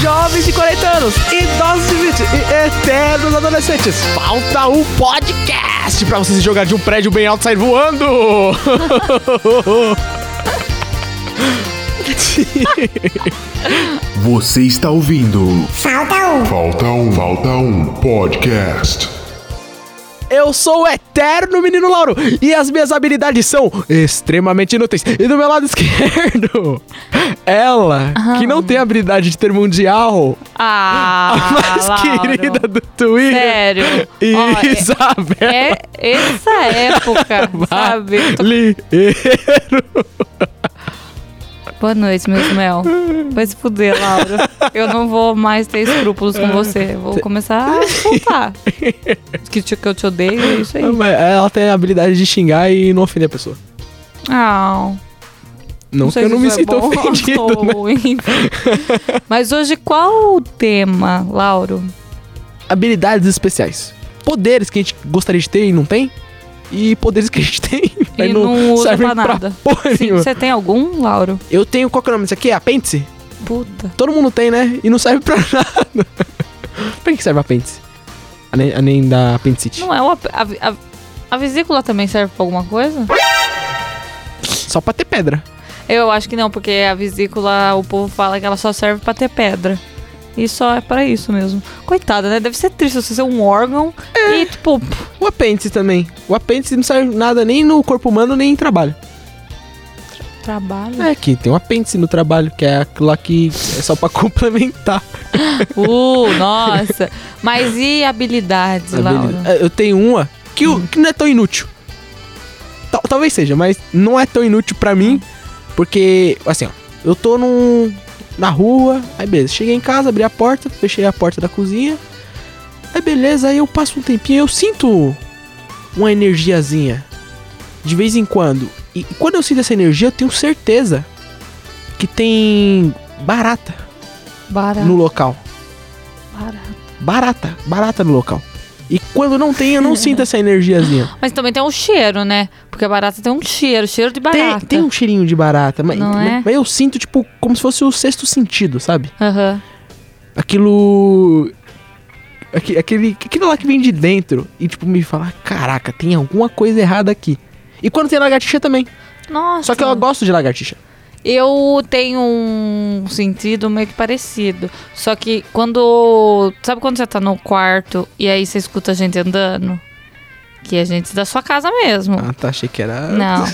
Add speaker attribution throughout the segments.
Speaker 1: jovens de 40 anos, idosos de 20 e eternos adolescentes. Falta um podcast pra você se jogar de um prédio bem alto e sair voando.
Speaker 2: Você está ouvindo.
Speaker 3: Falta um.
Speaker 2: Falta um, falta um podcast.
Speaker 1: Eu sou o eterno menino Lauro e as minhas habilidades são extremamente inúteis. E do meu lado esquerdo, ela, que não tem a habilidade de ter mundial,
Speaker 4: Ah,
Speaker 1: a mais
Speaker 4: Lauro.
Speaker 1: querida do Twitter.
Speaker 4: Sério. Ó, é-
Speaker 1: Isabela.
Speaker 4: É essa época, sabe? Eu tô-
Speaker 1: Balieiro.
Speaker 4: Boa noite, meus mel. Vai se fuder, Lauro. Eu não vou mais ter escrúpulos com você. Eu Vou começar a soltar. Que, te- que eu te odeio, é isso aí.
Speaker 1: Mas Ela tem a habilidade de xingar e não ofender a pessoa.
Speaker 4: Ah,
Speaker 1: Não, que
Speaker 4: sei
Speaker 1: eu
Speaker 4: se
Speaker 1: não me
Speaker 4: isso é
Speaker 1: sinto
Speaker 4: bom ou
Speaker 1: ofendido. né?
Speaker 4: ruim. Mas hoje, qual o tema, Lauro?
Speaker 1: Habilidades especiais. Poderes que a gente gostaria de ter e não tem. E poderes que a gente tem. mas
Speaker 4: E não usa
Speaker 1: servem
Speaker 4: pra nada.
Speaker 1: porra
Speaker 4: Sim,
Speaker 1: nenhuma.
Speaker 4: você tem algum, Lauro?
Speaker 1: Eu tenho, qual que é o nome disso aqui? Apêndice?
Speaker 4: Puta.
Speaker 1: Todo mundo tem, né? E não serve pra nada. pra que serve apêndice? Além, além da apendicite.
Speaker 4: Não é uma. A, a- a vesícula também serve pra alguma coisa?
Speaker 1: Só pra ter pedra.
Speaker 4: Eu acho que não, porque a vesícula, o povo fala que ela só serve pra ter pedra. E só é pra isso mesmo. Coitada, né? Deve ser triste você ser um órgão e, tipo, pff,
Speaker 1: O apêndice também. O apêndice não serve nada nem no corpo humano, nem em trabalho.
Speaker 4: trabalho.
Speaker 1: É que tem um apêndice no trabalho, que é aquilo lá que é só pra complementar.
Speaker 4: Uh, nossa. Mas e habilidades, Laura?
Speaker 1: É, Eu tenho uma que, o- que não é tão inútil. Tal- talvez seja, mas não é tão inútil pra mim, porque, assim, ó, eu tô num, na rua, aí beleza, cheguei em casa, abri a porta, fechei a porta da cozinha, aí beleza, aí eu passo um tempinho, eu sinto uma energiazinha de vez em quando. E e quando eu sinto essa energia, eu tenho certeza que tem barata
Speaker 4: Barata.
Speaker 1: no local
Speaker 4: barata.
Speaker 1: barata, barata no local. E quando não tem, eu não sinto essa energiazinha.
Speaker 4: Mas também tem um cheiro, né? Porque a barata tem um cheiro, cheiro de
Speaker 1: Tem,
Speaker 4: barata.
Speaker 1: tem um cheirinho de barata, mas,
Speaker 4: Não é?
Speaker 1: mas eu sinto, tipo, como se fosse o sexto sentido, sabe?
Speaker 4: Aham.
Speaker 1: Aquilo. aque- Aquele, aquilo lá que vem de dentro e, tipo, me fala: caraca, tem alguma coisa errada aqui. E quando tem lagartixa também.
Speaker 4: Nossa.
Speaker 1: Só que eu gosto de lagartixa.
Speaker 4: Eu tenho um sentido meio que parecido. Só que quando. Sabe quando você tá no quarto e aí você escuta a gente andando? Que é a gente da sua casa mesmo.
Speaker 1: Ah, tá, achei que era.
Speaker 4: Não.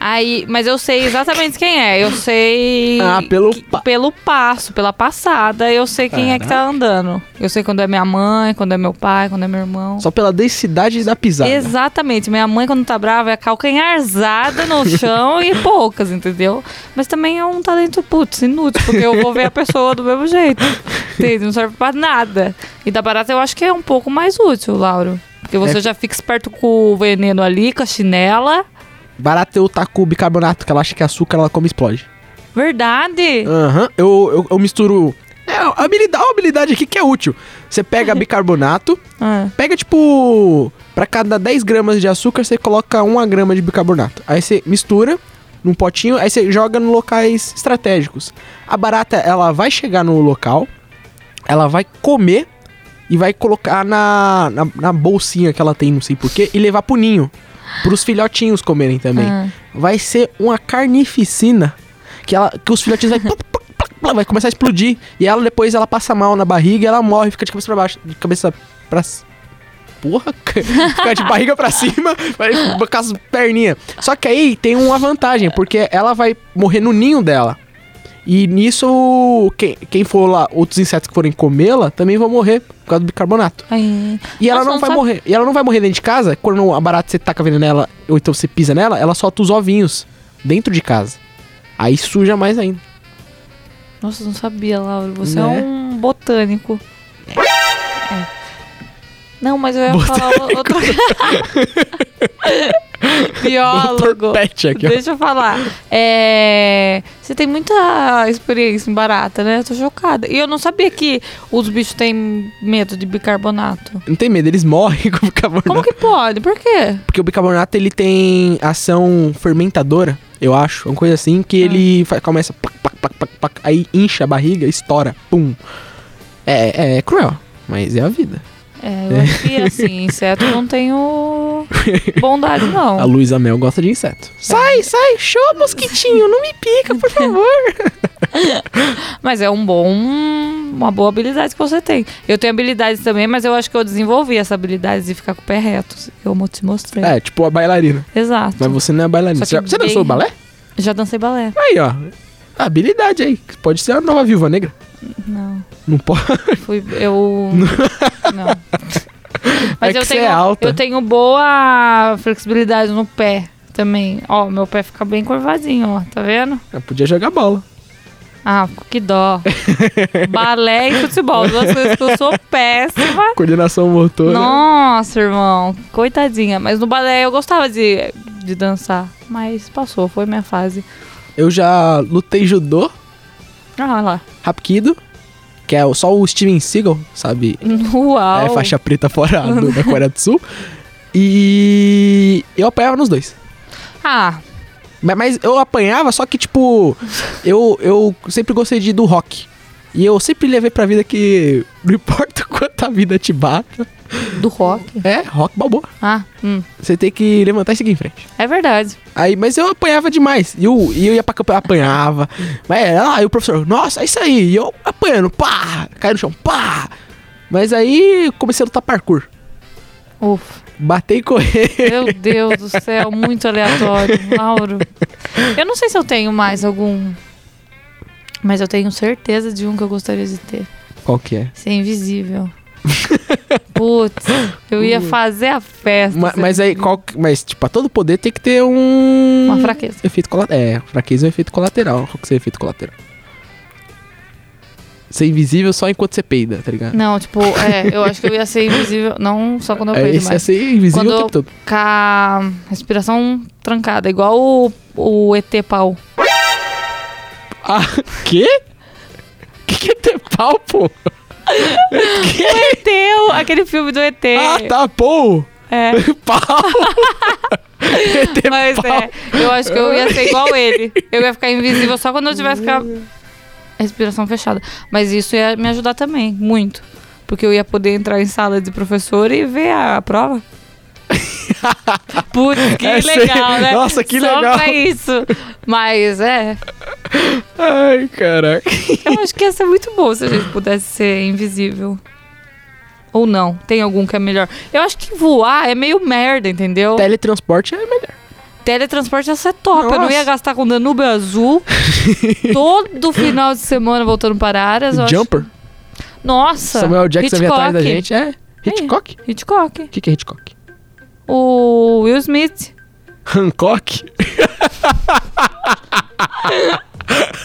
Speaker 4: Aí, mas eu sei exatamente quem é. Eu sei.
Speaker 1: Ah, pelo
Speaker 4: que-
Speaker 1: pa-
Speaker 4: pelo passo, pela passada, eu sei quem é que tá andando. Eu sei quando é minha mãe, quando é meu pai, quando é meu irmão.
Speaker 1: Só pela densidade da pisada.
Speaker 4: Exatamente. Minha mãe, quando tá brava, é calcanharzada no chão e poucas, entendeu? Mas também é um talento, putz, inútil, porque eu vou ver a pessoa do mesmo jeito. Entende? Não serve pra nada. E da barata eu acho que é um pouco mais útil, Lauro. Porque
Speaker 1: É.
Speaker 4: você já fica esperto com o veneno ali, com a chinela.
Speaker 1: Barata é eu taco bicarbonato, que ela acha que é açúcar, ela come e explode.
Speaker 4: Verdade!
Speaker 1: Aham, eu, eu, eu misturo. É, a habilidade, uma habilidade aqui que é útil. Você pega bicarbonato,
Speaker 4: Ah,
Speaker 1: pega tipo. Pra cada 10 gramas de açúcar, você coloca 1 grama de bicarbonato. Aí você mistura num potinho, aí você joga em locais estratégicos. A barata, ela vai chegar no local, ela vai comer e vai colocar na, na, na bolsinha que ela tem, não sei porquê, e levar pro ninho. Pros filhotinhos comerem também
Speaker 4: ah.
Speaker 1: vai ser uma carnificina que ela que os filhotinhos vai plup, plup, plup, plup, vai começar a explodir e ela depois ela passa mal na barriga, e ela morre, fica de cabeça pra baixo, de cabeça pra c- Porra, fica de barriga pra cima, vai com as perninhas. Só que aí tem uma vantagem, porque ela vai morrer no ninho dela. E nisso, quem, quem for lá, outros insetos que forem comê-la, também vão morrer por causa do bicarbonato.
Speaker 4: Aí.
Speaker 1: E ela
Speaker 4: Nossa,
Speaker 1: não,
Speaker 4: não
Speaker 1: vai
Speaker 4: sabe-
Speaker 1: morrer. E ela não vai morrer dentro de casa. Quando a barata você taca veneno nela, ou então você pisa nela, ela solta os ovinhos dentro de casa. Aí suja mais ainda.
Speaker 4: Nossa, não sabia, Lauro. Você
Speaker 1: Né?
Speaker 4: é um botânico. É. Não, mas eu ia falar outra Biólogo.
Speaker 1: Torpete aqui, ó.
Speaker 4: Deixa eu falar. É, Você tem muita experiência em barata, né? Eu tô chocada. E eu não sabia que os bichos têm medo de bicarbonato.
Speaker 1: Não tem medo, eles morrem com o bicarbonato.
Speaker 4: Como que pode? Por quê?
Speaker 1: Porque o bicarbonato ele tem ação fermentadora, eu acho. Uma
Speaker 4: Ah.
Speaker 1: coisa assim que ele fa- começa. Plac, plac, plac, plac, plac, aí incha a barriga, estoura. Pum. É, é cruel, mas é a vida.
Speaker 4: É, eu acho que assim, inseto não tenho bondade,
Speaker 1: A
Speaker 4: não.
Speaker 1: Luísa Mel gosta de inseto.
Speaker 4: É.
Speaker 1: Sai, sai, show, mosquitinho, não me pica, por favor.
Speaker 4: Mas é um bom. Uma boa habilidade que você tem. Eu tenho habilidades também, mas eu acho que eu desenvolvi essa habilidade de ficar com o pé reto. que Eu mo- te mostrei.
Speaker 1: É, tipo a bailarina.
Speaker 4: Exato.
Speaker 1: Mas você não é bailarina.
Speaker 4: Só que
Speaker 1: Você, já- você dançou
Speaker 4: bem-
Speaker 1: o balé?
Speaker 4: Já dancei balé.
Speaker 1: Aí, ó. Habilidade aí. que Pode ser a nova viúva negra.
Speaker 4: Não.
Speaker 1: Não pode.
Speaker 4: Fui. Eu. não. Mas
Speaker 1: É que
Speaker 4: eu
Speaker 1: você
Speaker 4: tenho.
Speaker 1: é alta.
Speaker 4: Eu tenho boa flexibilidade no pé também. Ó, meu pé fica bem curvadinho, ó. Tá vendo?
Speaker 1: Eu podia jogar bola.
Speaker 4: Ah, que dó. Balé e futebol. Duas coisas que eu sou péssima.
Speaker 1: Coordenação motor.
Speaker 4: Nossa, irmão. Coitadinha. Mas no balé eu gostava de, de dançar. Mas passou, foi minha fase.
Speaker 1: Eu já lutei judô,
Speaker 4: Ah lá.
Speaker 1: rapkido, que é o- só o Steven Seagal, sabe?
Speaker 4: Uau.
Speaker 1: É faixa preta fora do- da Coreia do Sul. E eu apanhava nos dois.
Speaker 4: Ah,
Speaker 1: Mas, mas eu apanhava, só que, tipo, eu, eu sempre gostei de, do rock. E eu sempre levei pra vida que não importa quanto a vida te bata,
Speaker 4: do rock.
Speaker 1: é rock balboa.
Speaker 4: Ah, hum.
Speaker 1: Você tem que levantar e seguir em frente.
Speaker 4: É verdade.
Speaker 1: Aí, mas eu apanhava demais. E eu, e eu ia pra campo, eu apanhava. Mas era lá, e o professor, nossa, é isso aí. E eu apanhando, pá, cai no chão, pá. Mas aí comecei a lutar parkour.
Speaker 4: Ufa.
Speaker 1: Bater e correr.
Speaker 4: Meu Deus do céu, muito aleatório. Lauro. Eu não sei se eu tenho mais algum. Mas eu tenho certeza de um que eu gostaria de ter.
Speaker 1: Qual que é?
Speaker 4: Ser invisível. Putz, eu ia fazer a festa.
Speaker 1: Ma-
Speaker 4: ser
Speaker 1: mas aí,
Speaker 4: invisível.
Speaker 1: qual, que- mas tipo, pra todo poder tem que ter um...
Speaker 4: Uma fraqueza.
Speaker 1: Efeito colateral. É, fraqueza é um efeito colateral. Qual que seria o efeito colateral? Ser invisível só enquanto você peida, tá ligado?
Speaker 4: Não, tipo, é, eu acho que eu ia ser invisível. Não só quando eu
Speaker 1: é,
Speaker 4: perdi,
Speaker 1: esse é
Speaker 4: mas
Speaker 1: ser invisível
Speaker 4: Quando
Speaker 1: o
Speaker 4: eu-
Speaker 1: tempo todo.
Speaker 4: com a respiração trancada, igual o, o ET pau.
Speaker 1: Ah, quê? Que que é ter pau, pô? que?
Speaker 4: ET, aquele filme do ET.
Speaker 1: Ah, tá, pô!
Speaker 4: É,
Speaker 1: Pau!
Speaker 4: mas é, eu acho que eu ia ser igual ele. Eu ia ficar invisível só quando eu tivesse com a respiração fechada. Mas isso ia me ajudar também, muito. Porque eu ia poder entrar em sala de professor e ver a prova. Putz, que
Speaker 1: É, sei.
Speaker 4: legal, né?
Speaker 1: Nossa, que
Speaker 4: Só
Speaker 1: legal.
Speaker 4: pra isso. Mas é,
Speaker 1: Ai, caraca.
Speaker 4: Eu acho que ia ser muito bom se a gente pudesse ser invisível. Ou não, tem algum que é melhor. Eu acho que voar é meio merda, entendeu?
Speaker 1: Teletransporte é melhor.
Speaker 4: Teletransporte ia ser top. Eu não
Speaker 1: Nossa.
Speaker 4: ia gastar com Danúbio Azul todo final de semana voltando para áreas. eu acho-
Speaker 1: Jumper?
Speaker 4: Nossa!
Speaker 1: Samuel Jackson vem
Speaker 4: Hitchcock.
Speaker 1: atrás da gente. É. Hitchcock? O
Speaker 4: Hitchcock.
Speaker 1: que, que é Hitchcock?
Speaker 4: O Will Smith.
Speaker 1: Hancock?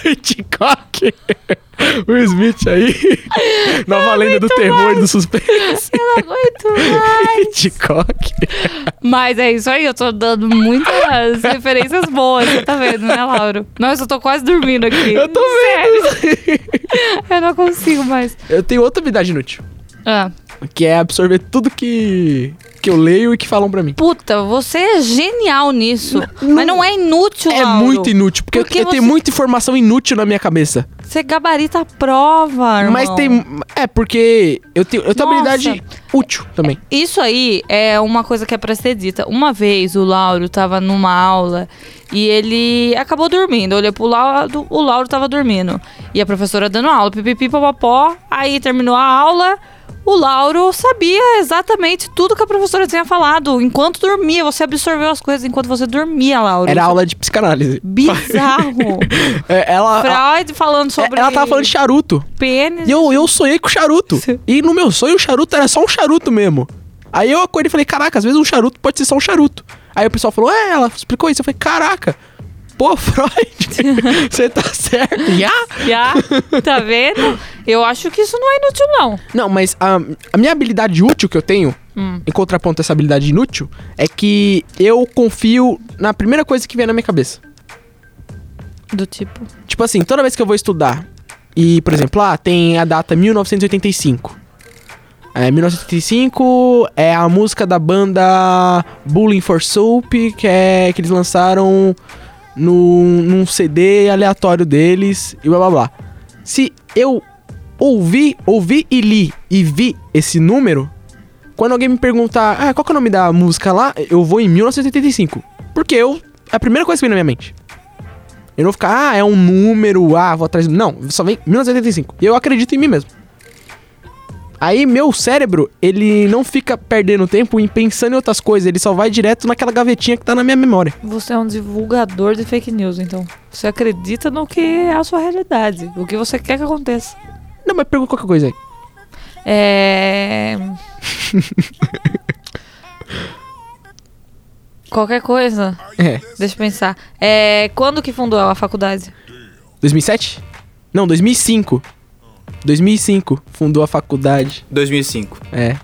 Speaker 1: Hitchcock? Will Smith aí?
Speaker 4: É
Speaker 1: Nova lenda do terror e do suspense.
Speaker 4: Eu não aguento mais.
Speaker 1: Hitchcock?
Speaker 4: Mas é isso aí, eu tô dando muitas referências boas, você tá vendo, né, Lauro? Nossa, eu tô quase dormindo aqui.
Speaker 1: Eu tô
Speaker 4: Sério. Eu não consigo mais.
Speaker 1: Eu tenho outra habilidade inútil,
Speaker 4: Ah,
Speaker 1: que é absorver tudo que, que eu leio e que falam pra mim.
Speaker 4: puta, você é genial nisso. Mas não é inútil,
Speaker 1: É
Speaker 4: Lauro.
Speaker 1: muito inútil, porque,
Speaker 4: Porque
Speaker 1: eu, eu tenho
Speaker 4: você-
Speaker 1: muita informação inútil na minha cabeça.
Speaker 4: Você gabarita a prova, irmão.
Speaker 1: Mas tem. É, porque eu tenho, eu tenho
Speaker 4: Nossa.
Speaker 1: habilidade útil também.
Speaker 4: Isso aí é uma coisa que é pra ser dita. Uma vez o Lauro tava numa aula e ele acabou dormindo. Eu olhei pro Lauro, o Lauro tava dormindo. E a professora dando aula, pipipi, papapó. Aí terminou a aula, o Lauro sabia exatamente tudo que a professora tinha falado. Enquanto dormia, você absorveu as coisas enquanto você dormia, Lauro.
Speaker 1: Era aula de psicanálise.
Speaker 4: Bizarro.
Speaker 1: É, Ela, ela,
Speaker 4: Freud falando sobre
Speaker 1: ela tava falando de charuto.
Speaker 4: pênis.
Speaker 1: E eu, eu sonhei com charuto.
Speaker 4: Sim.
Speaker 1: E no meu sonho o charuto era só um charuto mesmo. Aí eu acordei e falei, caraca, às vezes um charuto pode ser só um charuto. Aí o pessoal falou, é, ela explicou isso. Eu falei, caraca, pô, Freud, você tá certo. Já?
Speaker 4: Já, tá vendo? Eu acho que isso não é inútil, não.
Speaker 1: Não, mas a, a minha habilidade útil que eu tenho, em contraponto a essa habilidade inútil, é que eu confio na primeira coisa que vem na minha cabeça.
Speaker 4: Do tipo.
Speaker 1: Tipo assim, toda vez que eu vou estudar e, por exemplo, ah, tem a data 1985. É, 1985 é a música da banda Bullying for Soup, que é que eles lançaram num, num CD aleatório deles e blá blá blá. Se eu ouvi, ouvi e li e vi esse número, quando alguém me perguntar, ah, qual que é o nome da música lá, eu vou em 1985. Porque eu. É a primeira coisa que vem na minha mente. Eu não vou ficar, ah, é um número, ah, vou atrás. Não, só vem 1985. E eu acredito em mim mesmo. Aí meu cérebro, ele não fica perdendo tempo em pensando em outras coisas, ele só vai direto naquela gavetinha que tá na minha memória.
Speaker 4: Você é um divulgador de fake news, então. Você acredita no que é a sua realidade, o que você quer que aconteça.
Speaker 1: Não, mas pergunta qualquer coisa aí.
Speaker 4: É. Qualquer coisa.
Speaker 1: É.
Speaker 4: Deixa eu pensar. É, quando que fundou a faculdade?
Speaker 1: 2007? Não, 2005. 2005 fundou a faculdade.
Speaker 3: 2005.
Speaker 1: É.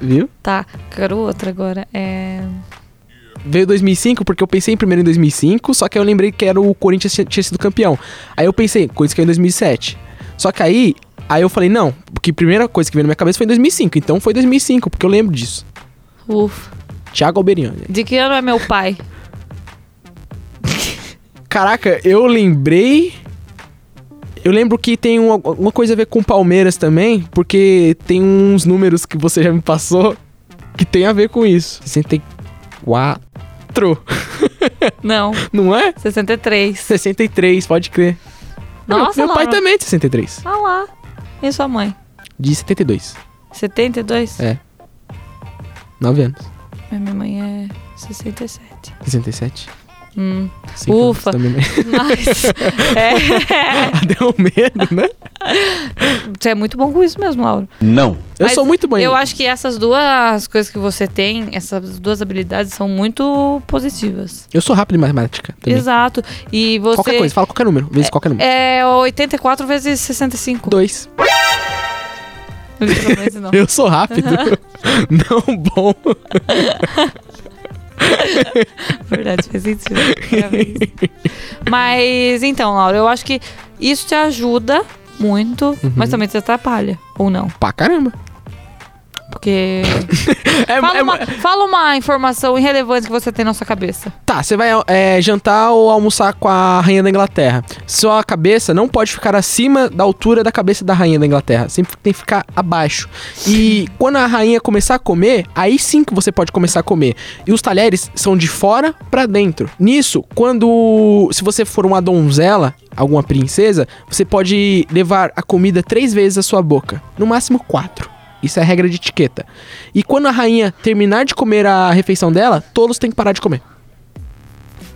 Speaker 1: Viu?
Speaker 4: Tá, quero outra agora. É.
Speaker 1: Veio 2005 porque eu pensei em primeiro em 2005, só que aí eu lembrei que era o Corinthians tinha, tinha sido campeão. Aí eu pensei, Corinthians caiu em 2007. Só que aí, aí eu falei, não, porque a primeira coisa que veio na minha cabeça foi em 2005, então foi 2005, porque eu lembro disso.
Speaker 4: Ufa.
Speaker 1: Thiago Alberian.
Speaker 4: De que ano é meu pai?
Speaker 1: Caraca, eu lembrei. Eu lembro que tem um- alguma coisa a ver com Palmeiras também, porque tem uns números que você já me passou que tem a ver com isso. 64.
Speaker 4: Não,
Speaker 1: Não é?
Speaker 4: 63.
Speaker 1: 63, pode crer. Não,
Speaker 4: Nossa,
Speaker 1: meu pai
Speaker 4: Laura.
Speaker 1: também é de 63.
Speaker 4: Ah lá. E sua mãe?
Speaker 1: De 72.
Speaker 4: 72?
Speaker 1: É. 9 anos.
Speaker 4: Mas Minha mãe é 67.
Speaker 1: 67.
Speaker 4: Hum.
Speaker 1: Cinco anos
Speaker 4: Ufa.
Speaker 1: também, né?
Speaker 4: Mas. é,
Speaker 1: Deu medo, né?
Speaker 4: você é muito bom com isso mesmo, Lauro.
Speaker 1: Eu
Speaker 4: Mas
Speaker 1: sou muito bom.
Speaker 4: Eu
Speaker 1: em-
Speaker 4: acho que essas duas coisas que você tem, essas duas habilidades são muito positivas.
Speaker 1: Eu sou rápido em matemática também.
Speaker 4: Exato. E você.
Speaker 1: Qualquer coisa, fala qualquer número, vezes qualquer número.
Speaker 4: É 84 vezes 65.
Speaker 1: Dois.
Speaker 4: Literalmente, não.
Speaker 1: Eu sou rápido. Não bom.
Speaker 4: Verdade, faz sentido. Parabéns. Mas então, Laura, eu acho que isso te ajuda muito,
Speaker 1: Uhum.
Speaker 4: mas também te atrapalha. Ou não.
Speaker 1: Pra caramba.
Speaker 4: Porque.
Speaker 1: É,
Speaker 4: Fala,
Speaker 1: é-
Speaker 4: uma, fala uma informação irrelevante que você tem na sua cabeça.
Speaker 1: Tá, você vai é, jantar ou almoçar com a rainha da Inglaterra. Sua cabeça não pode ficar acima da altura da cabeça da rainha da Inglaterra. Sempre tem que ficar abaixo. E quando a rainha começar a comer, aí sim que você pode começar a comer. E os talheres são de fora pra dentro. Nisso, quando. Se você for uma donzela, alguma princesa, você pode levar a comida três vezes à sua boca. No máximo quatro. Isso é a regra de etiqueta. E quando a rainha terminar de comer a refeição dela, todos têm que parar de comer.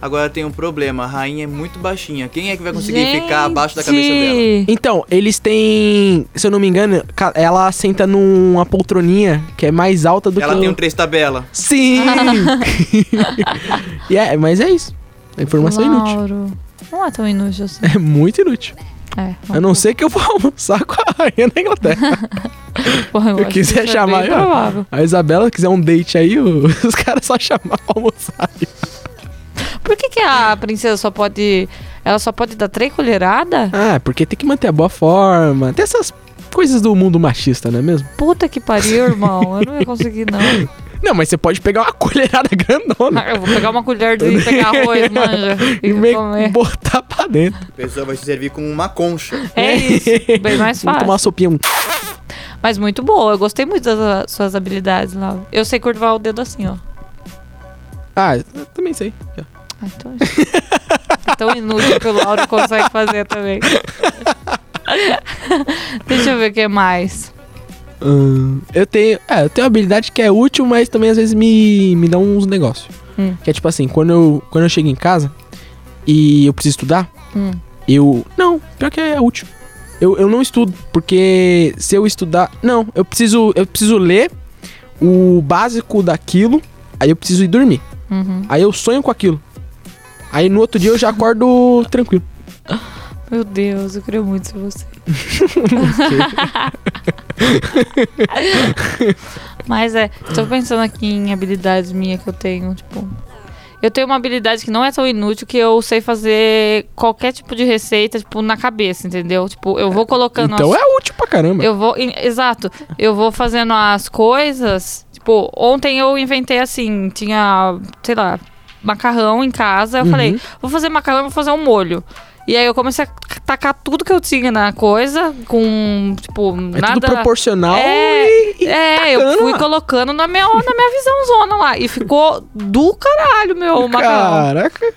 Speaker 3: Agora tem um problema, a rainha é muito baixinha. Quem é que vai conseguir ficar abaixo da cabeça dela?
Speaker 4: Gente!
Speaker 1: Então, eles têm. Se eu não me engano, ca- ela senta numa poltroninha que é mais alta do
Speaker 3: Ela
Speaker 1: que.
Speaker 3: tem
Speaker 1: o-
Speaker 3: um três tabela.
Speaker 1: Sim! e é, mas é isso. A informação é inútil.
Speaker 4: Lauro. Não é tão inútil assim.
Speaker 1: É muito inútil.
Speaker 4: É.
Speaker 1: A não ser que eu vou almoçar com a rainha da Inglaterra.
Speaker 4: Porra, eu
Speaker 1: eu
Speaker 4: acho que
Speaker 1: quiser
Speaker 4: isso é
Speaker 1: chamar,
Speaker 4: bem
Speaker 1: eu-
Speaker 4: provável.
Speaker 1: A Isabela quiser um date aí, o- os caras só chamar pra almoçar.
Speaker 4: Por que, que a princesa só pode. Ela só pode dar três colheradas?
Speaker 1: Ah, porque tem que manter a boa forma. Tem essas coisas do mundo machista, não é mesmo?
Speaker 4: Puta que pariu, irmão. Eu não ia conseguir, não. Ah,
Speaker 1: Não, mas você pode pegar uma colherada grandona
Speaker 4: Eu vou pegar uma colher de pegar arroz, manja.
Speaker 1: e
Speaker 4: E
Speaker 1: meio que
Speaker 4: comer.
Speaker 1: botar pra dentro.
Speaker 3: A pessoa vai se servir com uma concha.
Speaker 4: É isso. Bem
Speaker 1: Vamos
Speaker 4: mais fácil.
Speaker 1: tomar uma sopinha. um-
Speaker 4: Mas muito boa. Eu gostei muito das suas habilidades, Laura. Eu sei curvar o dedo assim, ó.
Speaker 1: Ah, eu também sei.
Speaker 4: Ai, tô... é tão inútil que o Lauro consegue fazer também. Deixa eu ver o que mais.
Speaker 1: Hum, eu tenho. É, eu tenho uma habilidade que é útil, mas também às vezes me, me dá uns negócios.
Speaker 4: Hum.
Speaker 1: Que é tipo assim, quando eu, quando eu chego em casa e eu preciso estudar,
Speaker 4: Hum.
Speaker 1: eu. Não, pior que é útil. Eu, eu não estudo, porque se eu estudar. Não, eu preciso. Eu preciso ler o básico daquilo, aí eu preciso ir dormir.
Speaker 4: Uhum.
Speaker 1: Aí eu sonho com aquilo. Aí no outro dia eu já acordo tranquilo.
Speaker 4: Meu Deus, eu queria muito ser você. Mas é, tô pensando aqui em habilidades minhas que eu tenho, tipo. Eu tenho uma habilidade que não é tão inútil que eu sei fazer qualquer tipo de receita, tipo, na cabeça, entendeu? Tipo, eu vou colocando
Speaker 1: então
Speaker 4: as
Speaker 1: é útil pra caramba.
Speaker 4: eu vou. em- Exato. Eu vou fazendo as coisas. Tipo, ontem eu inventei assim,
Speaker 1: Uhum.
Speaker 4: tinha, sei lá, macarrão em casa. Eu falei, vou fazer macarrão, vou fazer um molho. E aí eu comecei a tacar tudo que eu tinha na coisa, com, tipo,
Speaker 1: É
Speaker 4: nada.
Speaker 1: tudo proporcional
Speaker 4: É,
Speaker 1: e, e
Speaker 4: é, eu
Speaker 1: tacando
Speaker 4: fui
Speaker 1: lá.
Speaker 4: colocando na minha, na minha visão zona lá. E ficou do caralho, meu macarrão.
Speaker 1: Caraca,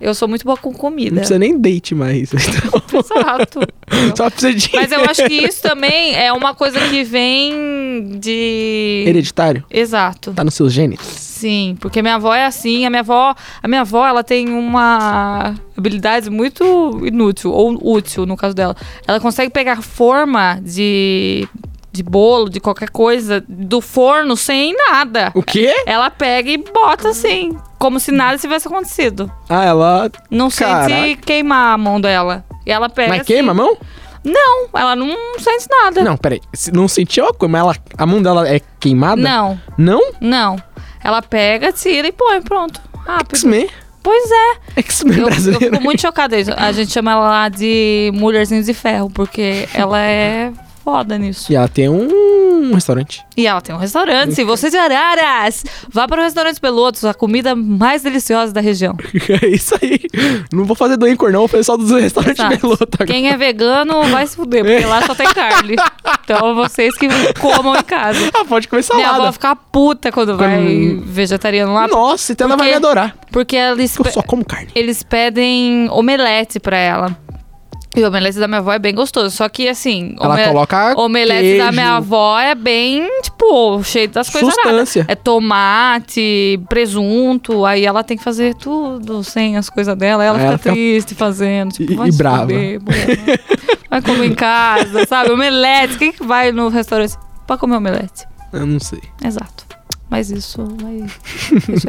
Speaker 4: Eu sou muito boa com
Speaker 1: não
Speaker 4: comida.
Speaker 1: precisa nem date mais. Então,
Speaker 4: Exato.
Speaker 1: só precisa de
Speaker 4: Mas é eu acho que isso também é uma coisa que vem de.
Speaker 1: hereditário.
Speaker 4: Exato.
Speaker 1: Tá nos seus genes.
Speaker 4: Sim, porque minha avó é assim, a minha avó, a minha avó, ela tem uma habilidade muito inútil ou útil no caso dela. Ela consegue pegar forma de de bolo, de qualquer coisa do forno sem nada.
Speaker 1: O quê?
Speaker 4: Ela pega e bota assim, como se nada tivesse acontecido.
Speaker 1: Ah, ela.
Speaker 4: Não sente
Speaker 1: Caraca.
Speaker 4: queimar a mão dela. E ela pega
Speaker 1: Mas
Speaker 4: assim-
Speaker 1: queima a mão?
Speaker 4: Não, ela não sente nada.
Speaker 1: Não, peraí. Se Não sentiu a coisa, mas ela, a mão dela é queimada?
Speaker 4: Não,
Speaker 1: Não?
Speaker 4: não. Ela pega, tira e põe, pronto. Rápido.
Speaker 1: X-Men.
Speaker 4: Ah, Pois é.
Speaker 1: X-Men
Speaker 4: Eu, eu
Speaker 1: brasileiro.
Speaker 4: fico muito chocada isso. A gente chama ela lá de Mulherzinha de Ferro, porque ela é foda nisso.
Speaker 1: E ela tem um restaurante.
Speaker 4: E ela tem um restaurante. Se você de Araras, vá para o restaurante Pelotos, a comida mais deliciosa da região.
Speaker 1: é isso aí. Não vou fazer do Anchor, não. O pessoal dos restaurantes
Speaker 4: Exato.
Speaker 1: Beloto agora.
Speaker 4: Quem é vegano vai se fuder, porque lá só tem carne. Então vocês que comam em casa.
Speaker 1: Ah, pode comer
Speaker 4: Minha avó
Speaker 1: salada.
Speaker 4: fica puta quando vai
Speaker 1: Hum.
Speaker 4: vegetariano lá,
Speaker 1: Nossa, então ela vai
Speaker 4: Porque-
Speaker 1: me adorar.
Speaker 4: porque eles,
Speaker 1: Eu só como carne.
Speaker 4: eles pedem omelete pra ela. E o omelete da minha avó é bem gostoso. Só que, assim,
Speaker 1: Ela
Speaker 4: ome-
Speaker 1: coloca
Speaker 4: omelete da
Speaker 1: queijo.
Speaker 4: minha avó é bem, tipo, cheio das coisas erradas.
Speaker 1: Substância.
Speaker 4: É tomate, presunto, aí ela tem que fazer tudo sem as coisas dela. Ela
Speaker 1: Aí
Speaker 4: fica
Speaker 1: ela fica-
Speaker 4: triste fazendo, tipo,
Speaker 1: E-
Speaker 4: vai
Speaker 1: e
Speaker 4: se
Speaker 1: brava.
Speaker 4: fuder, mulher. vai comer em casa, sabe? Omelete, quem que vai no restaurante pra comer omelete?
Speaker 1: Eu não sei.
Speaker 4: Exato. Mas isso aí. Isso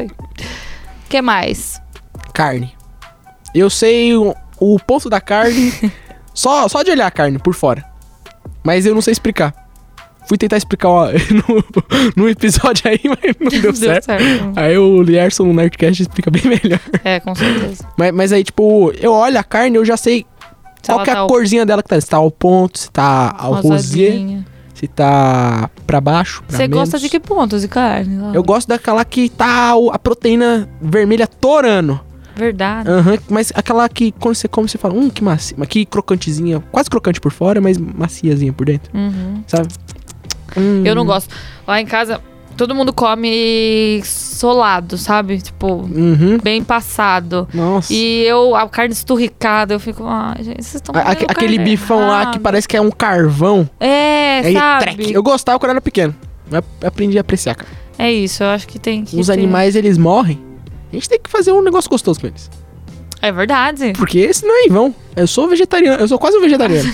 Speaker 4: aí. O que mais?
Speaker 1: Carne. Eu sei o, o ponto da carne só, só de olhar a carne por fora. Mas eu não sei explicar. Fui tentar explicar ó, no, no episódio aí, mas não deu, certo. Aí o Lierson no Nerdcast explica bem melhor.
Speaker 4: É, com certeza.
Speaker 1: Mas, mas aí, tipo, eu olho a carne, eu já sei
Speaker 4: Se
Speaker 1: qual
Speaker 4: ela
Speaker 1: que é
Speaker 4: tá
Speaker 1: a
Speaker 4: ao-
Speaker 1: corzinha dela que tá. Se tá ao ponto, se tá ao rosé,
Speaker 4: rosadinha.
Speaker 1: se tá pra baixo, pra
Speaker 4: Você
Speaker 1: menos.
Speaker 4: gosta de que pontos de carne? Laura?
Speaker 1: Eu gosto daquela que tá o- a proteína vermelha torando.
Speaker 4: Verdade.
Speaker 1: Aham, mas aquela que quando você come, você fala, hum, que macia, mas que crocantezinha, quase crocante por fora, mas maciazinha por dentro,
Speaker 4: Uhum.
Speaker 1: sabe? Hum,
Speaker 4: Eu não gosto. Lá em casa, todo mundo come solado, sabe? Tipo,
Speaker 1: Uhum.
Speaker 4: bem passado.
Speaker 1: Nossa.
Speaker 4: E eu, a carne esturricada, eu fico, ah, gente, vocês estão
Speaker 1: A- aque- aquele bifão lá que parece que é um carvão.
Speaker 4: É,
Speaker 1: aí,
Speaker 4: sabe?
Speaker 1: trec. Eu gostava quando era pequeno. mas aprendi a apreciar, cara.
Speaker 4: É isso, eu acho que tem que é?
Speaker 1: Os
Speaker 4: ter-
Speaker 1: animais, eles morrem. A gente tem que fazer um negócio gostoso com eles.
Speaker 4: É verdade.
Speaker 1: Porque esse não é em vão. Eu sou vegetariano, eu sou quase um vegetariano.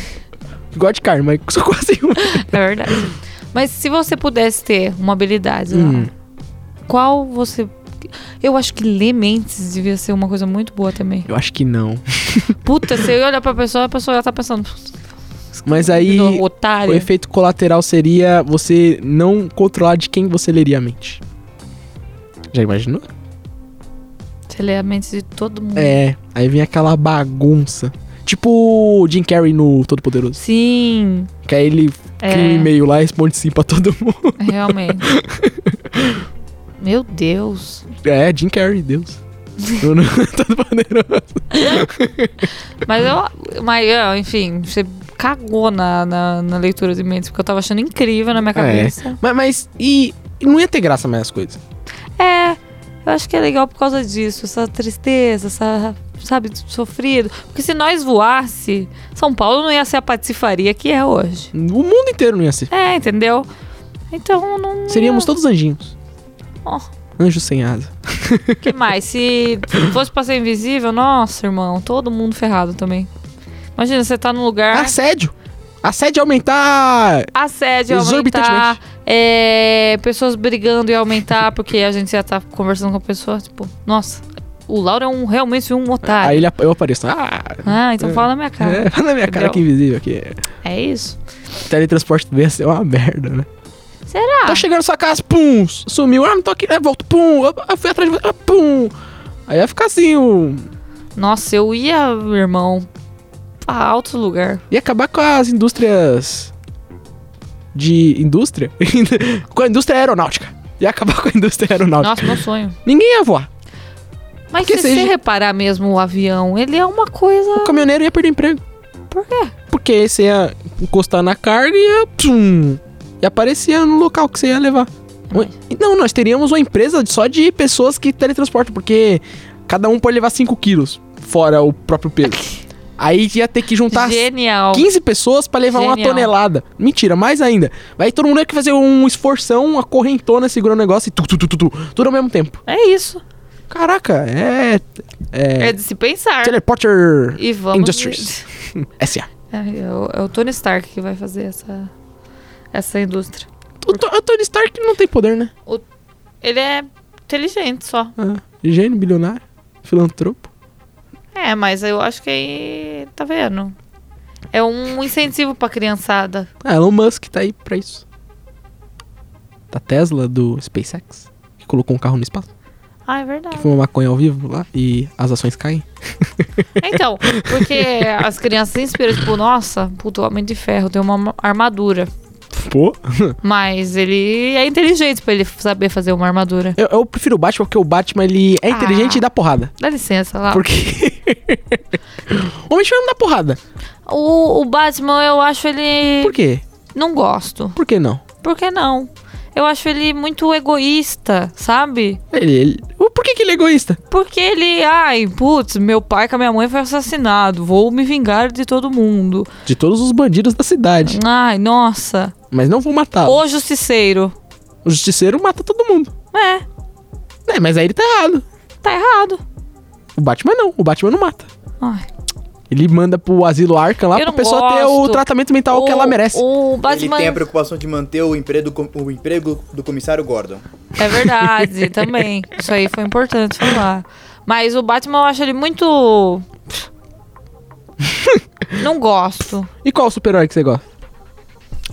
Speaker 1: Gosto de carne, mas sou quase um.
Speaker 4: É verdade. Mas se você pudesse ter uma habilidade,
Speaker 1: Hum.
Speaker 4: Laura, qual você. Eu acho que ler mentes devia ser uma coisa muito boa também.
Speaker 1: Eu acho que não.
Speaker 4: Puta, você olha pra pessoa, a pessoa já tá pensando.
Speaker 1: Mas aí,
Speaker 4: "Virou um Otário.
Speaker 1: o efeito colateral seria você não controlar de quem você leria a mente. Já imaginou?
Speaker 4: Você lê a mente de todo mundo.
Speaker 1: É, aí vem aquela bagunça. Tipo o Jim Carrey no Todo Poderoso.
Speaker 4: Sim,
Speaker 1: Que aí ele
Speaker 4: É.
Speaker 1: cria um e-mail lá e responde sim pra todo mundo.
Speaker 4: realmente. Meu Deus.
Speaker 1: É, Jim Carrey, Deus. Eu não- Todo Poderoso.
Speaker 4: Mas eu. Mas, ah, enfim, você cagou na, na, na leitura de mentes, porque eu tava achando incrível na minha
Speaker 1: Ah, é.
Speaker 4: cabeça.
Speaker 1: Mas, mas e e não ia ter graça mais as coisas.
Speaker 4: É, eu acho que é legal por causa disso, essa tristeza, essa, sabe, sofrido. Porque se nós voasse, São Paulo não ia ser a patifaria que é hoje.
Speaker 1: O mundo inteiro não ia ser.
Speaker 4: É, entendeu? Então não.
Speaker 1: Seríamos todos anjinhos.
Speaker 4: Ó.
Speaker 1: Anjos sem asa.
Speaker 4: O que mais? Se fosse pra ser invisível, nossa, irmão, todo mundo ferrado também. Imagina, você tá num lugar.
Speaker 1: Assédio. Assédio é aumentar
Speaker 4: Assédio ia aumentar.
Speaker 1: Exorbitantemente.
Speaker 4: é, pessoas brigando e aumentar, porque a gente já tá conversando com a pessoa, tipo, nossa, o Lauro é um, realmente um otário.
Speaker 1: Aí ele, ap- eu apareço. Ah,
Speaker 4: Ah, então fala na minha cara.
Speaker 1: é, fala na minha cara
Speaker 4: entendeu?
Speaker 1: que é invisível aqui.
Speaker 4: É isso.
Speaker 1: Teletransporte do ia ser uma merda, né?
Speaker 4: Será?
Speaker 1: Tá chegando na sua casa, pum, sumiu. Ah, não tô aqui, né? Volto, pum, eu, eu fui atrás de você, ah, pum. Aí ia ficar assim, o...
Speaker 4: Nossa, eu ia, irmão, pra alto lugar.
Speaker 1: ia acabar com as indústrias de indústria, com a indústria aeronáutica. Ia acabar com a indústria aeronáutica.
Speaker 4: Nossa, meu sonho.
Speaker 1: Ninguém ia voar.
Speaker 4: Mas
Speaker 1: Porque
Speaker 4: se você
Speaker 1: seja-
Speaker 4: reparar mesmo o avião, ele é uma coisa.
Speaker 1: O caminhoneiro ia perder emprego.
Speaker 4: Por quê?
Speaker 1: Porque você ia encostar na carga e ia. Tum, e aparecia no local que você ia levar. Não, nós teríamos uma empresa só de pessoas que teletransportam, porque cada um pode levar 5 quilos, fora o próprio peso. Aí ia ter que juntar
Speaker 4: Genial.
Speaker 1: 15 pessoas pra levar uma
Speaker 4: Genial.
Speaker 1: tonelada. Mentira, mais ainda. Vai todo mundo ia ter que fazer um esforção, uma correntona segurando o negócio e tu, tu, tu, tu, tu, tudo ao mesmo tempo.
Speaker 4: É isso.
Speaker 1: Caraca, é.
Speaker 4: É,
Speaker 1: É.
Speaker 4: de se pensar.
Speaker 1: Teleporter
Speaker 4: E vamos.
Speaker 1: Industries. S.A.
Speaker 4: É, é o- é o Tony Stark que vai fazer essa, essa indústria.
Speaker 1: O To- o Tony Stark não tem poder, né?
Speaker 4: Ele é inteligente só.
Speaker 1: Ah, gênio, bilionário, filantropo.
Speaker 4: É, mas eu acho que aí. Tá vendo? É um incentivo pra criançada.
Speaker 1: Ah, Elon Musk tá aí pra isso. Da Tesla, do SpaceX, que colocou um carro no espaço,
Speaker 4: Ah, é
Speaker 1: que
Speaker 4: verdade.
Speaker 1: foi uma maconha ao vivo lá e as ações caem.
Speaker 4: Então, porque as crianças se inspiram, tipo, nossa, puto, o Homem de Ferro tem uma ma- armadura.
Speaker 1: Pô.
Speaker 4: Mas ele é inteligente pra ele saber fazer uma armadura.
Speaker 1: Eu, eu prefiro o Batman porque o Batman ele é inteligente
Speaker 4: Ah.
Speaker 1: e dá porrada.
Speaker 4: Dá licença lá.
Speaker 1: Porque. o homem de Ferro não dá porrada.
Speaker 4: O, o Batman, eu acho ele.
Speaker 1: Por quê?
Speaker 4: Não gosto.
Speaker 1: Por que não?
Speaker 4: Por que não? Eu acho ele muito egoísta, sabe?
Speaker 1: Ele, ele- Por que, que ele é egoísta?
Speaker 4: Porque ele, ai, putz, meu pai com a minha mãe foi assassinado, vou me vingar de todo mundo.
Speaker 1: De todos os bandidos da cidade.
Speaker 4: Ai, nossa,
Speaker 1: Mas não vou matá-lo.
Speaker 4: o justiceiro.
Speaker 1: O justiceiro mata todo mundo.
Speaker 4: É,
Speaker 1: É, mas aí ele tá errado.
Speaker 4: tá errado.
Speaker 1: O Batman não. O Batman não mata.
Speaker 4: Ai.
Speaker 1: Ele manda pro asilo Arkham lá pra
Speaker 4: Eu não
Speaker 1: pessoa ter Tá o
Speaker 4: gosto.
Speaker 1: tratamento mental que ela merece.
Speaker 4: O
Speaker 3: Ele
Speaker 4: Batman.
Speaker 3: tem a preocupação de manter o emprego, do com- o emprego do comissário Gordon.
Speaker 4: É verdade, também. Isso aí foi importante falar. Mas o Batman eu acho ele muito. Não gosto.
Speaker 1: E qual super-herói que você gosta?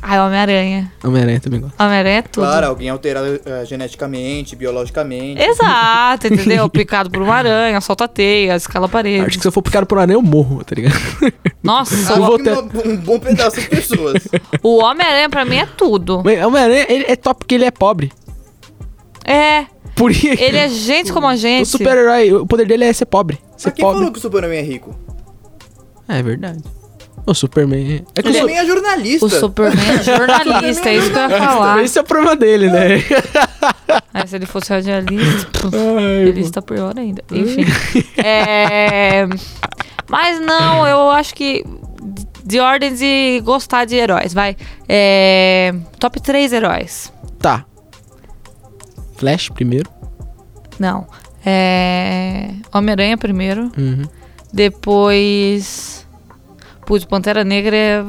Speaker 4: Ai, Homem-Aranha.
Speaker 1: Homem-Aranha também gosta.
Speaker 4: Homem-Aranha é tudo.
Speaker 3: Claro, alguém alterado eh, geneticamente, biologicamente.
Speaker 4: Exato, entendeu? Picado por uma aranha, solta a teia, escala a
Speaker 1: Acho
Speaker 4: parede.
Speaker 1: que se eu for picado por um aranha, eu morro, tá ligado?
Speaker 4: Nossa,
Speaker 1: Eu vou
Speaker 3: Coloque
Speaker 1: ter-
Speaker 3: uma- um bom pedaço de pessoas.
Speaker 4: o Homem-Aranha pra mim é tudo.
Speaker 1: Mas Homem-Aranha ele é top porque ele é pobre.
Speaker 4: É,
Speaker 1: Por isso.
Speaker 4: ele é gente como a gente.
Speaker 1: O super-herói, o poder dele é ser pobre. Ser
Speaker 3: Mas quem
Speaker 1: pobre.
Speaker 3: falou que o Superman é rico?
Speaker 1: É verdade. O Superman. É
Speaker 3: O
Speaker 1: que o Su-
Speaker 3: Superman é jornalista.
Speaker 4: O Superman é jornalista, é isso que eu ia falar.
Speaker 1: Esse é o problema dele, né?
Speaker 4: Aí, se ele fosse radialista, puf,
Speaker 1: Ai,
Speaker 4: ele está pior ainda. Enfim. É, Mas não, eu acho que de ordem de gostar de heróis, vai. É, Top 3 heróis.
Speaker 1: Tá. Flash primeiro.
Speaker 4: Não. É, Homem-Aranha primeiro.
Speaker 1: Uhum.
Speaker 4: Depois. Putz, Pantera Negra é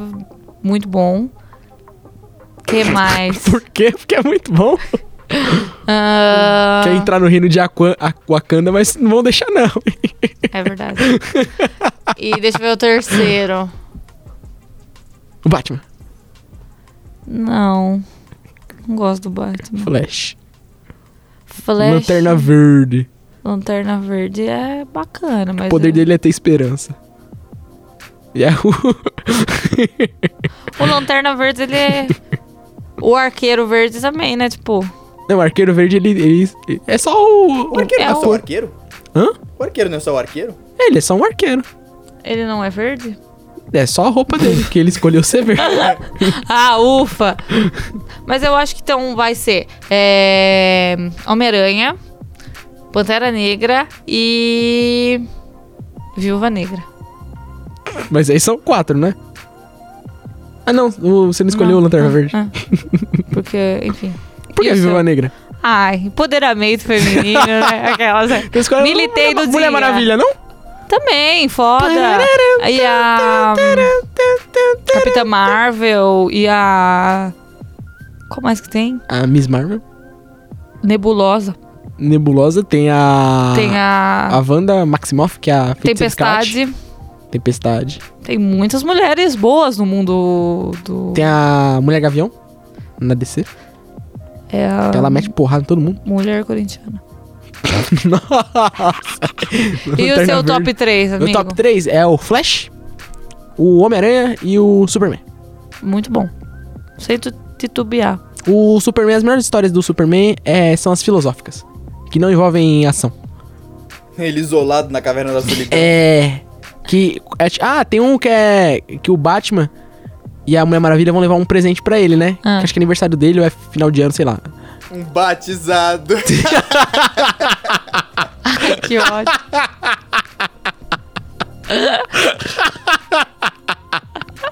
Speaker 4: muito bom. que mais?
Speaker 1: Por quê? Porque é muito bom.
Speaker 4: Ah,
Speaker 1: Quer entrar no reino de Aqua- Aquacanda, mas não vão deixar, não.
Speaker 4: É verdade. E deixa eu ver o terceiro.
Speaker 1: o Batman.
Speaker 4: Não. Não gosto do Batman.
Speaker 1: Flash.
Speaker 4: Flash.
Speaker 1: Lanterna Verde.
Speaker 4: Lanterna Verde é bacana, mas.
Speaker 1: O poder
Speaker 4: é-
Speaker 1: dele é ter esperança. E é o.
Speaker 4: O Lanterna Verde, ele é. o Arqueiro Verde também, né? Tipo.
Speaker 1: não, o Arqueiro Verde, ele. ele- é só o.
Speaker 3: O arqueiro
Speaker 4: É
Speaker 3: não é só
Speaker 4: o-
Speaker 3: o arqueiro?
Speaker 1: Hã?
Speaker 3: O arqueiro não é só o arqueiro?
Speaker 1: Ele é só um arqueiro.
Speaker 4: Ele não é verde?
Speaker 1: É só a roupa dele, que ele escolheu ser verde.
Speaker 4: Ah, ufa! mas eu acho que então vai ser. é, Homem-Aranha, Pantera Negra e. Viúva Negra.
Speaker 1: Mas aí são quatro, né? Ah, não. o- Você não escolheu
Speaker 4: Não,
Speaker 1: o Lanterna
Speaker 4: ah,
Speaker 1: Verde.
Speaker 4: ah. Porque, enfim.
Speaker 1: Por que
Speaker 4: E
Speaker 1: a
Speaker 4: o
Speaker 1: Viúva
Speaker 4: seu?
Speaker 1: Negra?
Speaker 4: Ai, empoderamento feminino, né? Aquelas. né?
Speaker 1: Você escolheu
Speaker 4: Militei
Speaker 1: Mulher-
Speaker 4: do
Speaker 1: Mulher
Speaker 4: dia.
Speaker 1: Maravilha, não?
Speaker 4: Também, foda. E
Speaker 1: tá,
Speaker 4: a. Capitã Marvel e a. Qual mais que tem?
Speaker 1: A Miss Marvel.
Speaker 4: Nebulosa.
Speaker 1: Nebulosa tem a...
Speaker 4: tem a.
Speaker 1: Ah, A Wanda Maximoff, que é a feiticeira Escarlate.
Speaker 4: Tempestade.
Speaker 1: Tempestade.
Speaker 4: Tem muitas mulheres boas no mundo do.
Speaker 1: Tem a Mulher Gavião. Na DC.
Speaker 4: É a
Speaker 1: Que ela mete porrada em todo mundo.
Speaker 4: mulher corintiana.
Speaker 1: Nossa.
Speaker 4: E o
Speaker 1: Lanterna
Speaker 4: seu
Speaker 1: Verde.
Speaker 4: top 3,
Speaker 1: Meu
Speaker 4: amigo?
Speaker 1: top 3 é o Flash, o Homem-Aranha e o Superman.
Speaker 4: Muito bom. Sem tu- titubear.
Speaker 1: O Superman, as melhores histórias do Superman é, são as filosóficas, que não envolvem ação.
Speaker 3: Ele isolado na caverna da solidão.
Speaker 1: É. Que. é ti- ah, tem um que é. Que o Batman e a Mulher Maravilha vão levar um presente pra ele, né?
Speaker 4: Ah.
Speaker 1: Que acho que é aniversário dele ou é final de ano, sei lá.
Speaker 3: Um batizado.
Speaker 4: Que ódio.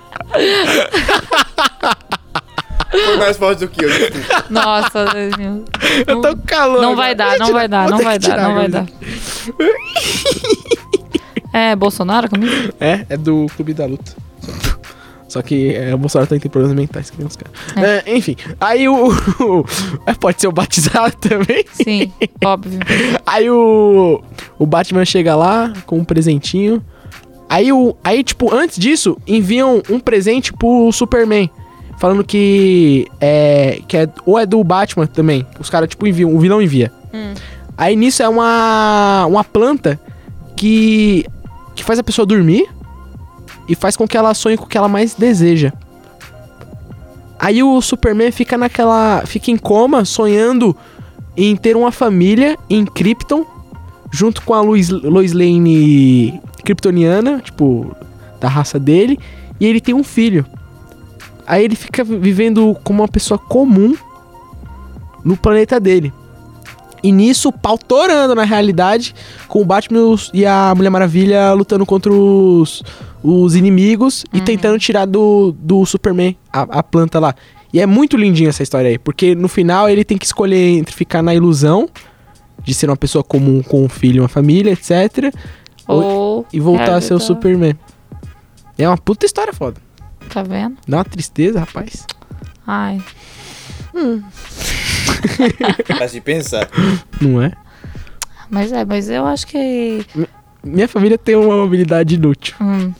Speaker 3: Foi mais forte do que eu. desculpa.
Speaker 4: Nossa, Deus meu.
Speaker 1: Eu tô com calor. né?
Speaker 4: Não vai dar, não vai dar, não vai dar, não vai dar. É Bolsonaro comigo?
Speaker 1: É, é do Clube da Luta. Só que é, o Bolsonaro também tem problemas mentais, que nem os caras. É, enfim, aí o. é, pode ser o batizado também.
Speaker 4: Sim, óbvio.
Speaker 1: Aí o. O Batman chega lá com um presentinho. Aí o. Aí, tipo, antes disso, enviam um presente pro Superman. Falando que. É. Que é. Ou é do Batman também. Os caras, tipo, enviam. O vilão envia. Aí nisso é uma. Uma planta que. Que faz a pessoa dormir. E faz com que ela sonhe com o que ela mais deseja. Aí o Superman fica naquela. Fica em coma, sonhando em ter uma família em Krypton, junto com a Lois, Lois Lane kryptoniana, tipo, da raça dele, e ele tem um filho. Aí ele fica vi- vivendo como uma pessoa comum no planeta dele. E nisso, pautorando na realidade, com o Batman e os- e a Mulher Maravilha lutando contra os, os inimigos e tentando tirar do, do Superman a, a planta lá. E é muito lindinha essa história aí, porque no final ele tem que escolher entre ficar na ilusão de ser uma pessoa comum com um filho, uma família, etc.
Speaker 4: Ou.
Speaker 1: E voltar a
Speaker 4: Cara,
Speaker 1: ser o
Speaker 4: tá-
Speaker 1: Superman. É uma puta história foda.
Speaker 4: Tá vendo?
Speaker 1: Dá uma tristeza, rapaz.
Speaker 4: Ai.
Speaker 3: Mas de pensar.
Speaker 1: Não é?
Speaker 4: Mas é, mas eu acho que.
Speaker 1: Minha família tem uma habilidade inútil,
Speaker 4: Hum.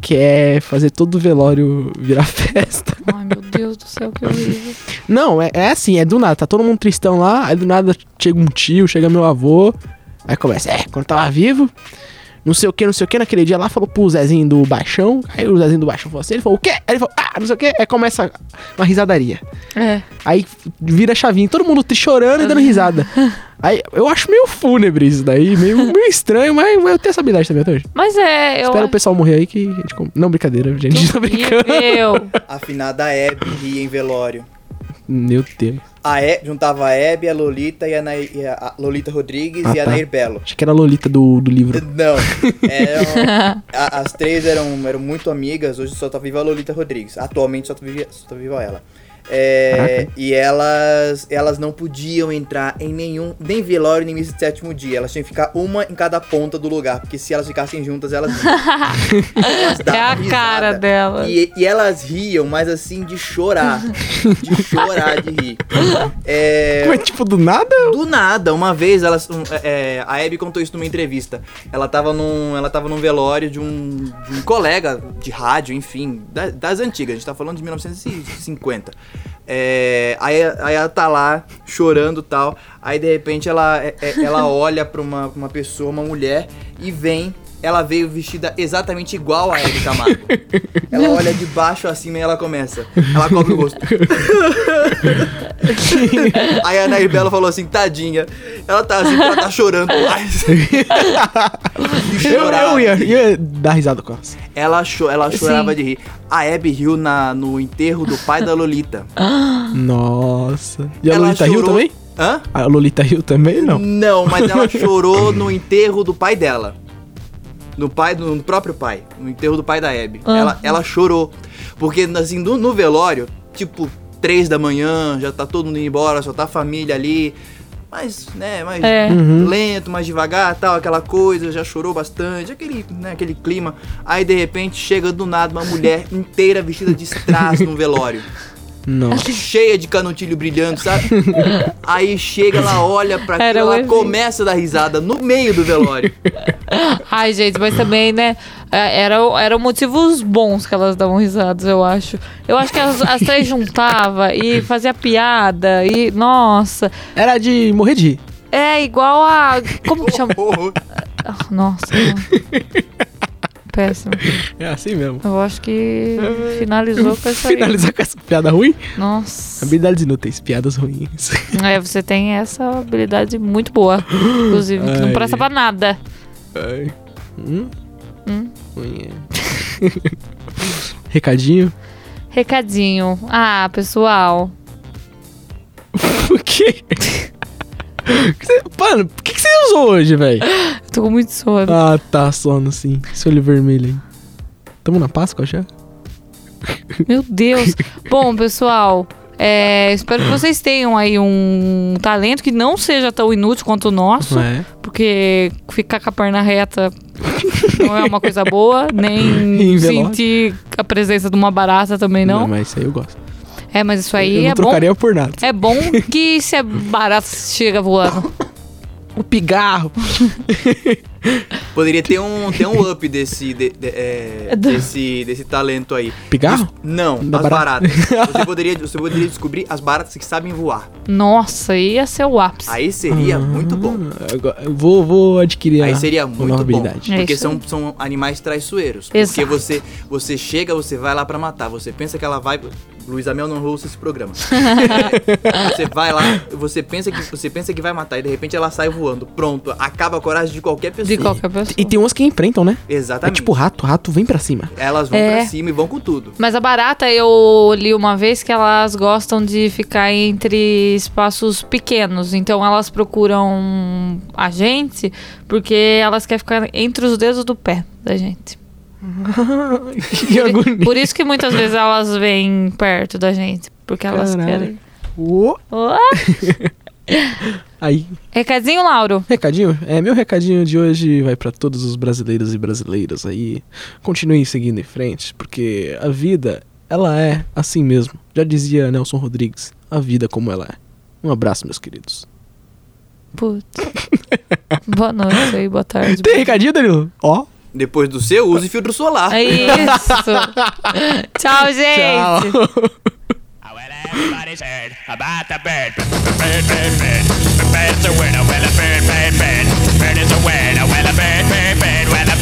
Speaker 1: que é fazer todo o velório virar festa.
Speaker 4: Ai, meu Deus do céu, que horrível.
Speaker 1: Não, é, é assim, é do nada. Tá todo mundo tristão lá, aí do nada chega um tio, chega meu avô. Aí começa, é, quando tava vivo, não sei o que, não sei o que, naquele dia lá, falou pro Zezinho do Baixão. Aí o Zezinho do Baixão falou assim, ele falou, o quê? Aí ele falou, ah, não sei o que. Aí começa uma risadaria.
Speaker 4: É.
Speaker 1: Aí vira chavinha, todo mundo tri- chorando e dando risada. Aí eu acho meio fúnebre isso daí, meio, meio estranho, mas, mas eu tenho essa habilidade também até hoje.
Speaker 4: Mas é, eu.
Speaker 1: Espero o pessoal morrer aí que a gente. come. Não, brincadeira, gente, a gente tá brincando.
Speaker 4: Horrível.
Speaker 3: Afinada a Hebe ria em velório.
Speaker 1: Meu Deus.
Speaker 3: A E- juntava a Hebe, a Lolita e a, Nair- e a- a Lolita Rodrigues
Speaker 1: Ah,
Speaker 3: e a
Speaker 1: tá.
Speaker 3: Nair Belo.
Speaker 1: Achei que era a Lolita do, do livro.
Speaker 3: Não, eram- a- as três eram, eram muito amigas, hoje só tá viva a Lolita Rodrigues. Atualmente só tá viva, só tá viva ela. É, e elas elas não podiam entrar em nenhum, nem velório, nem missa de sétimo dia. Elas tinham que ficar uma em cada ponta do lugar, porque se elas ficassem juntas, elas. Elas
Speaker 4: É
Speaker 3: davam
Speaker 4: a cara
Speaker 3: risada.
Speaker 4: dela.
Speaker 3: E, e elas riam, mas assim, de chorar. De chorar, de rir. É,
Speaker 1: Mas, tipo, do nada?
Speaker 3: do nada, uma vez, elas, um, é, é, a Abby contou isso numa entrevista. Ela tava num, ela tava num velório de um, de um colega de rádio, enfim, da- das antigas. A gente tá falando de 1950. É, aí, aí ela tá lá, chorando e tal. Aí, de repente, ela, é- é- ela olha pra uma, pra uma pessoa, uma mulher, e vem... Ela veio vestida exatamente igual a Hebe Camargo. Ela olha de baixo assim e ela começa. Ela cobre o rosto.
Speaker 1: É
Speaker 3: Aí a Nair Bela falou assim, tadinha. Ela tá assim, ela tá chorando mais.
Speaker 1: Eu, eu ia, ia dar risada com elas.
Speaker 3: Ela, cho ela
Speaker 4: Sim.
Speaker 3: chorava de rir. A Abby riu na, no enterro do pai da Lolita.
Speaker 1: Nossa. E a
Speaker 3: Ela
Speaker 1: Lolita riu
Speaker 3: chorou-
Speaker 1: também?
Speaker 3: Hã?
Speaker 1: A Lolita riu também? Não.
Speaker 3: mas ela chorou no enterro do pai dela. No pai, do no próprio pai. No enterro do pai da Abby.
Speaker 4: Ah.
Speaker 3: Ela, ela chorou. Porque, assim, no, no velório, tipo, três da manhã, já tá todo mundo indo embora, só tá a família ali. Mas, né, mais
Speaker 4: É.
Speaker 3: lento, mais devagar, tal, aquela coisa, já chorou bastante, aquele, né, aquele clima. Aí, de repente, chega do nada uma mulher inteira vestida de strass no velório
Speaker 1: Não.
Speaker 3: cheia de canutilho brilhando, sabe? Aí chega, ela olha pra aquilo,
Speaker 4: Era o
Speaker 3: ela
Speaker 4: evento.
Speaker 3: começa a dar risada no meio do velório.
Speaker 4: Ai, gente, mas também, né? é, Era, eram motivos bons que elas davam risadas, eu acho. Eu acho que as, as três juntavam e fazia piada e. Nossa.
Speaker 1: Era de morrer de rir.
Speaker 4: É igual a. Como que chama? Ah, Nossa. Péssimo.
Speaker 1: É assim mesmo.
Speaker 4: Eu acho que finalizou com essa aí.
Speaker 1: Finalizar com essa piada ruim?
Speaker 4: Nossa.
Speaker 1: Habilidades inúteis, piadas ruins.
Speaker 4: É, você tem essa habilidade muito boa. Inclusive, que não
Speaker 1: Ai.
Speaker 4: presta pra nada.
Speaker 1: Ai. Hum? Ruim, é. Recadinho?
Speaker 4: Recadinho. Ah, pessoal.
Speaker 1: Por quê? Que cê- Mano, por que, que você usou hoje, velho?
Speaker 4: Eu tô com muito sono.
Speaker 1: Ah, tá, sono sim. Esse olho vermelho aí. Tamo na Páscoa já? Ah.
Speaker 4: Meu Deus. Bom, pessoal. é, espero que vocês tenham aí um talento que não seja tão inútil quanto o nosso.
Speaker 1: É.
Speaker 4: Porque ficar com a perna reta não é uma coisa boa, nem
Speaker 1: Envelope.
Speaker 4: sentir a presença de uma barata também não.
Speaker 1: Mas isso aí eu gosto.
Speaker 4: É, mas isso
Speaker 1: eu
Speaker 4: aí
Speaker 1: não
Speaker 4: é bom.
Speaker 1: trocaria por nada.
Speaker 4: É bom que se a barata chega voando.
Speaker 1: O pigarro.
Speaker 3: Poderia ter um, ter um up desse, de- de- é,
Speaker 4: Do-
Speaker 3: desse, desse talento aí.
Speaker 1: Pigarro?
Speaker 3: Não,
Speaker 1: Ah? Da
Speaker 3: as
Speaker 1: barata.
Speaker 3: baratas. Você poderia, você poderia descobrir as baratas que sabem voar.
Speaker 4: Nossa, ia ser o ápice.
Speaker 3: Aí seria muito bom.
Speaker 1: Ah, agora- eu vou, vou adquirir
Speaker 3: Aí
Speaker 1: a-
Speaker 3: seria
Speaker 1: a
Speaker 3: muito
Speaker 1: nova
Speaker 3: bom.
Speaker 1: habilidade.
Speaker 4: É
Speaker 3: Porque
Speaker 4: isso
Speaker 3: são, são animais traiçoeiros.
Speaker 4: Exato.
Speaker 3: Porque você, você chega, você vai lá pra matar. Você pensa que ela vai. Luísa Mel não ouça esse programa. É, você vai lá, você pensa, que, você pensa que vai matar e de repente ela sai voando. Pronto, acaba a coragem de qualquer pessoa.
Speaker 4: De qualquer pessoa.
Speaker 1: assim, E tem umas que enfrentam, né?
Speaker 3: Exatamente.
Speaker 1: É tipo rato, rato vem pra cima.
Speaker 3: Elas vão
Speaker 4: É.
Speaker 3: pra cima e vão com
Speaker 1: um
Speaker 3: tudo.
Speaker 4: Mas a barata, eu li uma vez que elas gostam de ficar entre espaços pequenos. Então elas procuram a gente porque elas querem ficar entre os dedos do pé da gente.
Speaker 1: que agonia.
Speaker 4: Por isso que muitas vezes elas vêm perto da gente. Porque elas
Speaker 1: Caralho.
Speaker 4: querem.
Speaker 1: Ô,
Speaker 4: Ó!
Speaker 1: Aí,
Speaker 4: Recadinho, Lauro.
Speaker 1: recadinho? É, meu recadinho de hoje vai pra todos os brasileiros e brasileiras aí. Continuem seguindo em frente, porque a vida, ela é assim mesmo. Já dizia Nelson Rodrigues, a vida como ela é. Um abraço, meus queridos.
Speaker 4: Putz. boa noite aí, boa tarde.
Speaker 1: Tem recadinho, Danilo? Ó.
Speaker 3: Depois do seu, use filtro solar.
Speaker 4: É isso. Tchau, gente.
Speaker 1: Tchau.
Speaker 5: Ah, Well, everybody's heard about the bird. Bird, bird, bird. Bird's a word. Well, a bird, bird, bird. Bird is a word. Well, a bird, bird, bird. Well, a